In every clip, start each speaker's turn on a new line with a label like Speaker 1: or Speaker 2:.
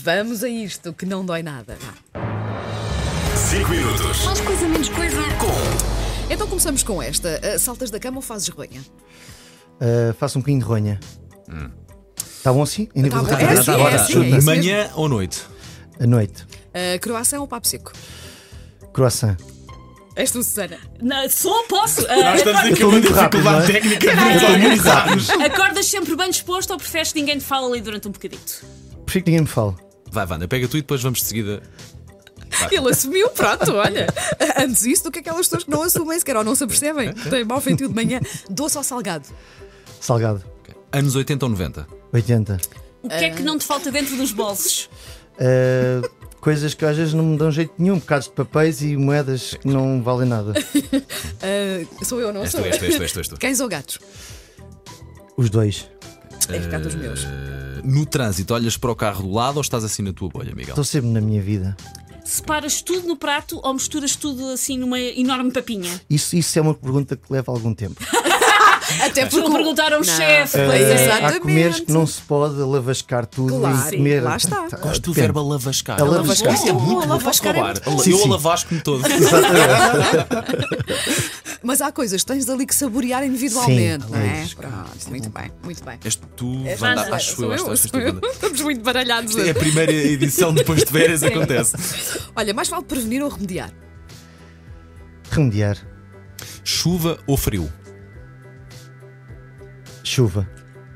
Speaker 1: Vamos a isto, que não dói nada. Vá.
Speaker 2: 5 minutos.
Speaker 3: Mais coisa, menos coisa.
Speaker 1: Então começamos com esta. Ah, saltas da cama ou fazes ronha?
Speaker 4: Uh, faço um bocadinho de ronha. Está bom assim? Em nível
Speaker 1: Tá
Speaker 4: de
Speaker 1: bom. É
Speaker 4: rapidez?
Speaker 1: assim, é assim, é isso mesmo.
Speaker 5: Manhã ou noite?
Speaker 4: À noite.
Speaker 1: Ah, croação ou papo seco?
Speaker 4: Croissant.
Speaker 1: És tu, Susana.
Speaker 3: Não, só posso. Ah,
Speaker 4: Eu estou muito rápido. não é?
Speaker 5: técnica
Speaker 4: Eu estou muito rápido.
Speaker 3: acordas sempre bem disposto ou preferes que ninguém te fale ali durante um bocadito?
Speaker 4: Prefiro que ninguém me fale.
Speaker 5: Vai, Wanda, pega tu e depois vamos de seguida.
Speaker 1: Ele assumiu, pronto, olha. Ah, Antes isso do que aquelas pessoas que não assumem sequer ou não se apercebem. Têm mau feitio de manhã. Doce ou salgado?
Speaker 4: Salgado.
Speaker 5: Anos 80 ou 90?
Speaker 4: 80.
Speaker 3: O que é que não te falta dentro dos bolsos?
Speaker 4: Uh, coisas que às vezes não me dão jeito nenhum. Bocados de papéis e moedas que não valem nada.
Speaker 1: Ah, sou eu, não
Speaker 5: És tu,
Speaker 1: sou
Speaker 5: és tu,
Speaker 1: eu.
Speaker 5: és tu, és tu, és tu.
Speaker 1: Cães ou gatos?
Speaker 4: Os dois.
Speaker 1: É cá dos meus.
Speaker 5: Eh, no trânsito, olhas para o carro do lado ou estás assim na tua bolha, Miguel?
Speaker 4: Estou sempre na minha vida.
Speaker 3: Separas tudo no prato ou misturas tudo assim numa enorme papinha?
Speaker 4: Isso, isso é uma pergunta que leva algum tempo.
Speaker 1: Ah, Até porque.
Speaker 3: Não perguntar ao
Speaker 1: Não.
Speaker 3: chefe,
Speaker 1: Eh,
Speaker 3: pois é.
Speaker 1: exato.
Speaker 4: Há comeres
Speaker 1: Exatamente.
Speaker 4: que não se pode lavascar tudo
Speaker 1: Claro,
Speaker 4: e comer.
Speaker 1: lá está.
Speaker 5: Gosto do
Speaker 4: Depende.
Speaker 5: verbo alavascar.
Speaker 4: Alavascar.
Speaker 5: Isto é
Speaker 1: Oh,
Speaker 5: muito bom. Posso
Speaker 1: alavascar é
Speaker 5: roubar?
Speaker 4: muito- Sim,
Speaker 5: Eu
Speaker 4: sim.
Speaker 5: alavasco-me todo.
Speaker 1: Mas há coisas que tens ali que saborear individualmente,
Speaker 4: Sim,
Speaker 1: não é?
Speaker 4: Luís,
Speaker 1: Pronto, muito bem, muito bem.
Speaker 5: És tu,
Speaker 3: Wanda,
Speaker 5: Wanda. Acho É eu,
Speaker 1: Sou
Speaker 5: acho
Speaker 1: eu,
Speaker 5: acho que
Speaker 1: sou
Speaker 5: és
Speaker 1: eu.
Speaker 5: tu, Wanda.
Speaker 1: Estamos muito baralhados.
Speaker 5: É a primeira edição depois de férias acontece.
Speaker 1: Olha, mais vale prevenir ou remediar?
Speaker 4: Remediar.
Speaker 5: Chuva ou frio?
Speaker 4: Chuva.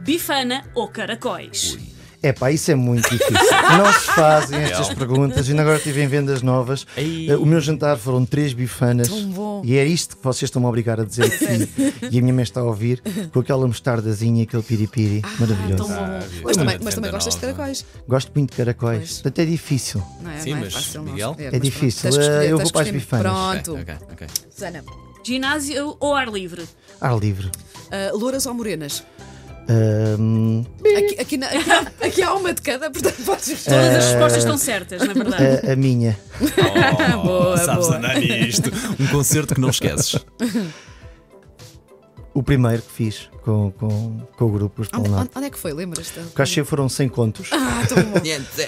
Speaker 3: Bifana ou caracóis?
Speaker 4: É pá, isso é muito difícil. Não se fazem estas perguntas. Ainda agora estive em vendas novas.
Speaker 5: Ei.
Speaker 4: Eh, O meu jantar foram três bifanas.
Speaker 1: Tão bom.
Speaker 4: E é isto que vocês estão-me a obrigar a dizer aqui. e a minha mãe está a ouvir com aquela mostardazinha e aquele piripiri.
Speaker 1: Ah,
Speaker 3: Tão
Speaker 4: Maravilhoso.
Speaker 3: bom.
Speaker 1: Mas também,
Speaker 5: muito
Speaker 1: mas também
Speaker 5: venda
Speaker 1: gostas de
Speaker 5: nova.
Speaker 1: caracóis,
Speaker 4: Gosto muito de caracóis.
Speaker 1: Pois.
Speaker 4: Portanto, é difícil.
Speaker 1: não é?
Speaker 5: Sim,
Speaker 1: não é
Speaker 5: mas,
Speaker 1: fácil não
Speaker 5: Miguel?
Speaker 1: escolher,
Speaker 4: É
Speaker 1: mas
Speaker 4: difícil.
Speaker 1: pronto, tens que escolher,
Speaker 4: Eu vou
Speaker 1: tens que
Speaker 4: para as
Speaker 1: escolher.
Speaker 4: bifanas.
Speaker 1: Pronto,
Speaker 5: Ok, ok, ok.
Speaker 1: Susana.
Speaker 3: Ginásio ou ar livre?
Speaker 4: Ar livre.
Speaker 1: Ah, louras ou morenas?
Speaker 4: Ahm,
Speaker 1: Aqui, aqui na- aqui há- aqui há uma de cada, portanto
Speaker 4: É,
Speaker 1: podes.
Speaker 3: Todas
Speaker 4: Eh.
Speaker 3: as respostas estão certas, na verdade.
Speaker 4: a, a minha.
Speaker 5: Oh,
Speaker 1: Boa,
Speaker 5: sabes
Speaker 1: boa.
Speaker 5: andar nisto. Um concerto que não esqueces.
Speaker 4: O primeiro que fiz com, com, com o grupo. Os
Speaker 1: Onde,
Speaker 4: Palnato.
Speaker 1: onde- onde é que foi? Lembras-te?
Speaker 4: O cachê foram 100 contos.
Speaker 1: Ah, tão bom.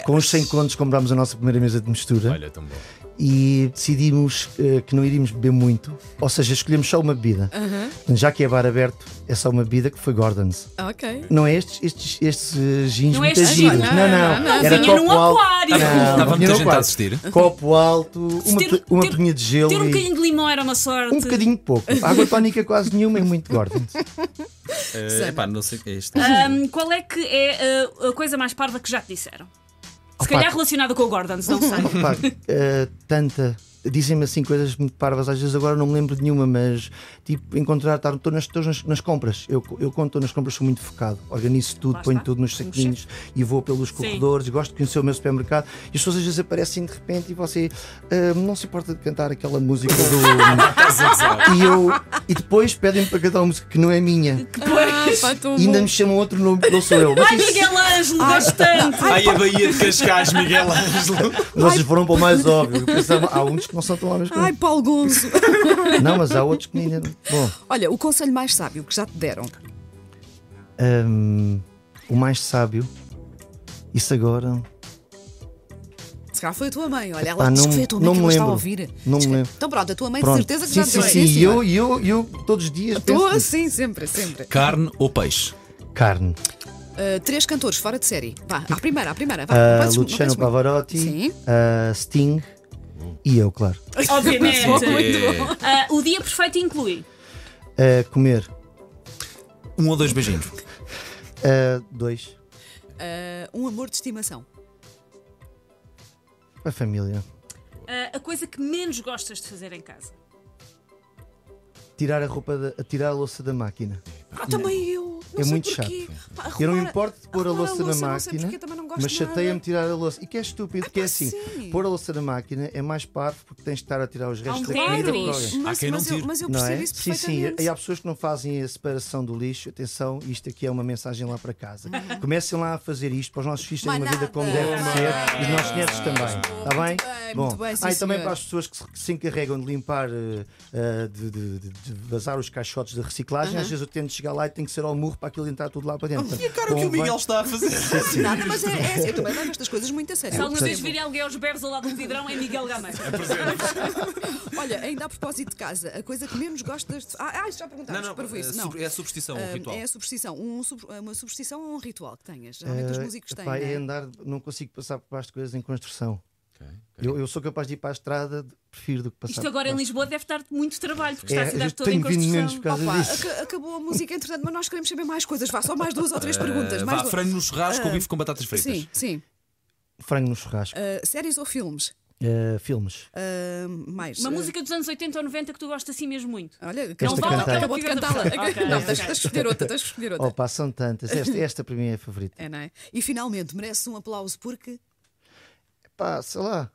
Speaker 4: Com os 100 contos comprámos a nossa primeira mesa de mistura.
Speaker 5: Olha, tão bom.
Speaker 4: e decidimos eh, que não iríamos beber muito, ou seja, escolhemos só uma bebida. Portanto, Já que é bar aberto, é só uma bebida que foi Gordon's.
Speaker 1: Ah, ok.
Speaker 4: Não é estes, estes, estes eh, gins
Speaker 3: Não é
Speaker 4: muito
Speaker 3: estes
Speaker 4: giros.
Speaker 3: gins,
Speaker 4: Não, não. Eh, Era
Speaker 3: Vinha num
Speaker 4: copo alto.
Speaker 3: aquário.
Speaker 4: Não,
Speaker 5: Estava
Speaker 4: vinha
Speaker 5: muita
Speaker 4: num
Speaker 5: gente a
Speaker 4: aquário.
Speaker 5: assistir.
Speaker 4: Copo alto, uma,
Speaker 3: Ter-
Speaker 4: pe- uma
Speaker 3: ter-
Speaker 4: pedinha de gelo
Speaker 3: Ter um
Speaker 4: e.
Speaker 3: bocadinho de limão era uma sorte.
Speaker 4: Um bocadinho pouco. Água tónica quase nenhuma é muito Gordon's.
Speaker 5: É pá, não sei o que é isto.
Speaker 3: Ahm, qual é que é ah, a coisa mais parva que já te disseram? Se calhar relacionada com o Gordons, não sei.
Speaker 4: Pá, eh, tanta. Dizem-me assim coisas muito parvas, às vezes agora não me lembro de nenhuma, mas tipo, encontrar, estar, estou nas, estou nas, nas compras. Eu, eu quando estou nas compras sou muito focado, organizo tudo,
Speaker 3: Lá
Speaker 4: ponho
Speaker 3: está.
Speaker 4: tudo nos
Speaker 3: Como
Speaker 4: saquinhos e vou pelos
Speaker 3: Sim.
Speaker 4: corredores. Gosto de conhecer o meu supermercado e as pessoas às vezes aparecem de repente e você eh, não se importa de cantar aquela música do. e, eu, e depois pedem-me para cantar uma música que não é minha
Speaker 1: Pois. Ah, pá, tão
Speaker 4: e ainda me
Speaker 1: bom.
Speaker 4: chamam outro nome que não sou eu. Mas
Speaker 3: Ai,
Speaker 4: isso-
Speaker 3: Miguel Ângelo,
Speaker 4: Ah,
Speaker 3: gosto tanto.
Speaker 5: Ai, a Bahia de Cascais, Miguel Ângelo.
Speaker 4: vocês foram para o mais óbvio. Eu pensava, há uns que não são tão óbvios como
Speaker 1: Ai, Paulo Gonzo.
Speaker 4: Não, mas há outros que ainda. Bom,
Speaker 1: Olha, o conselho mais sábio que já te deram.
Speaker 4: hum, o mais sábio. Isso agora.
Speaker 1: Se calhar foi a tua mãe, olha,
Speaker 4: Epá,
Speaker 1: ela disse
Speaker 4: não-
Speaker 1: que foi a tua mãe
Speaker 4: não
Speaker 1: que
Speaker 4: me
Speaker 1: ela está a
Speaker 4: lembro.
Speaker 1: ouvir.
Speaker 4: Não me
Speaker 1: Diz que-
Speaker 4: lembro.
Speaker 1: Então pronto, a tua mãe
Speaker 4: Pronto.
Speaker 1: de certeza que
Speaker 4: sim,
Speaker 1: já
Speaker 4: sim,
Speaker 1: te
Speaker 4: sim. E eu, e eu, e eu todos os dias.
Speaker 1: Estou
Speaker 4: penso nisso.
Speaker 1: assim, sempre, sempre.
Speaker 5: Carne ou peixe?
Speaker 4: Carne. Ah,
Speaker 1: Uh, três cantores fora de série. Vá, à primeira, à primeira. Vá, não
Speaker 4: Tipo, Ah,
Speaker 1: fazes- não
Speaker 4: Luciano
Speaker 1: fazes muito.
Speaker 4: Pavarotti.
Speaker 1: Sim.
Speaker 4: ah, Sting. E eu, claro.
Speaker 3: Obviamente.
Speaker 5: É.
Speaker 3: Ah, o dia perfeito inclui
Speaker 4: Ah, comer.
Speaker 5: Um ou dois beijinhos.
Speaker 4: ah, dois.
Speaker 1: Uh, um amor de estimação.
Speaker 4: A família.
Speaker 3: ah, a coisa que menos gostas de fazer em casa.
Speaker 4: Tirar a roupa, da, a tirar a louça da máquina.
Speaker 1: Ah, também eu. Não
Speaker 4: É
Speaker 1: sei
Speaker 4: muito
Speaker 1: porquê. Pá,
Speaker 4: eu não
Speaker 1: arrumar-
Speaker 4: importo de pôr a
Speaker 1: arrumar
Speaker 4: louça, na
Speaker 1: não sei
Speaker 4: máquina,
Speaker 1: porquê, também não gosto
Speaker 4: mas
Speaker 1: de nada.
Speaker 4: chateia-me tirar a louça. E que é estúpido, que é
Speaker 1: pá,
Speaker 4: assim:
Speaker 1: sim.
Speaker 4: pôr a louça na máquina é mais parvo porque tens de estar a tirar os
Speaker 3: Há um
Speaker 4: restos da
Speaker 3: bocado
Speaker 4: comida para
Speaker 3: disso.
Speaker 4: alguém.
Speaker 1: Mas,
Speaker 5: Há quem não
Speaker 1: mas eu,
Speaker 5: tire.
Speaker 1: mas eu
Speaker 4: Não
Speaker 1: percebo
Speaker 4: é?
Speaker 1: isso
Speaker 4: Sim, sim.
Speaker 1: perfeitamente.
Speaker 4: E há pessoas que não fazem a separação do lixo. Atenção, isto aqui é uma mensagem lá para casa.
Speaker 1: Uhum.
Speaker 4: Comecem lá a fazer isto para os nossos filhos terem uma
Speaker 1: Manada.
Speaker 4: vida como deve ser e os nossos netos também. Está bem?
Speaker 1: bem,
Speaker 4: Bom,
Speaker 1: muito bem, sim,
Speaker 4: ah, e também
Speaker 1: senhor.
Speaker 4: para as pessoas que se, que se encarregam de limpar, eh, eh, de, de- de- de vazar os caixotes de reciclagem, às vezes eu tento chegar lá e tenho que ser ao murro para aquilo entrar tudo lá para dentro.
Speaker 6: E a cara que o
Speaker 4: Convém-
Speaker 6: Miguel está a fazer.
Speaker 1: Nada, mas é, é assim, eu também levo estas coisas muito a sério.
Speaker 3: Se alguns
Speaker 4: portanto-
Speaker 3: dias virem alguém aos berros ao lado do vidrão, é Miguel Gameiro.
Speaker 1: Olha, ainda a propósito de casa, a coisa que menos gostas de. Ah, ah, já perguntaste para
Speaker 5: é,
Speaker 1: isso. Não.
Speaker 5: sub- é superstição,
Speaker 1: Ah,
Speaker 5: um ritual.
Speaker 1: É a superstição. Um sub- uma superstição ou um ritual que tenhas? Geralmente os
Speaker 4: Eh,
Speaker 1: músicos têm.
Speaker 4: epá,
Speaker 1: não
Speaker 4: é
Speaker 1: é?
Speaker 4: andar, não consigo passar por baixo de coisas em construção.
Speaker 5: Ok, ok.
Speaker 4: Eu, eu sou capaz de ir para a estrada, de- prefiro do que passar
Speaker 3: Isto agora
Speaker 4: por
Speaker 3: em
Speaker 4: baixo.
Speaker 3: Lisboa deve dar-te muito trabalho, porque
Speaker 4: É,
Speaker 3: está a cidade
Speaker 4: eu
Speaker 3: toda em
Speaker 4: tenho vindo menos
Speaker 3: construção.
Speaker 4: por causa
Speaker 1: Opa,
Speaker 4: disso.
Speaker 1: aca- acabou a música, entretanto, mas nós queremos saber mais coisas. Vá, só mais duas ou três perguntas.
Speaker 5: Eh,
Speaker 1: mais
Speaker 5: Vá,
Speaker 1: duas.
Speaker 5: frango no churrasco ou bife com batatas fritas.
Speaker 1: Sim, sim.
Speaker 4: Frango no churrasco.
Speaker 1: Ah, séries ou filmes?
Speaker 3: É.
Speaker 4: Eh, filmes.
Speaker 1: Ah, mais.
Speaker 3: Uma
Speaker 1: ah,
Speaker 3: música dos anos 80 ou 90 que tu gostas assim mesmo muito.
Speaker 1: Olha,
Speaker 4: Não vale
Speaker 1: acabou-
Speaker 4: aquela
Speaker 1: acabou de
Speaker 3: que tivemos
Speaker 1: cantá-la.
Speaker 3: a falar. Ok,
Speaker 1: Não,
Speaker 3: ok.
Speaker 1: tens tens que escolher outra, tens que escolher outra.
Speaker 4: Opa, são tantas. Esta, esta para mim é a favorita.
Speaker 1: É, não é? E finalmente, merece um aplauso porque
Speaker 3: É.
Speaker 4: Pá, sei lá.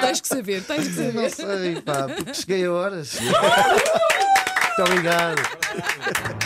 Speaker 1: tens que saber, tens que saber.
Speaker 4: Não sei, pá, porque cheguei a horas. Muito obrigado.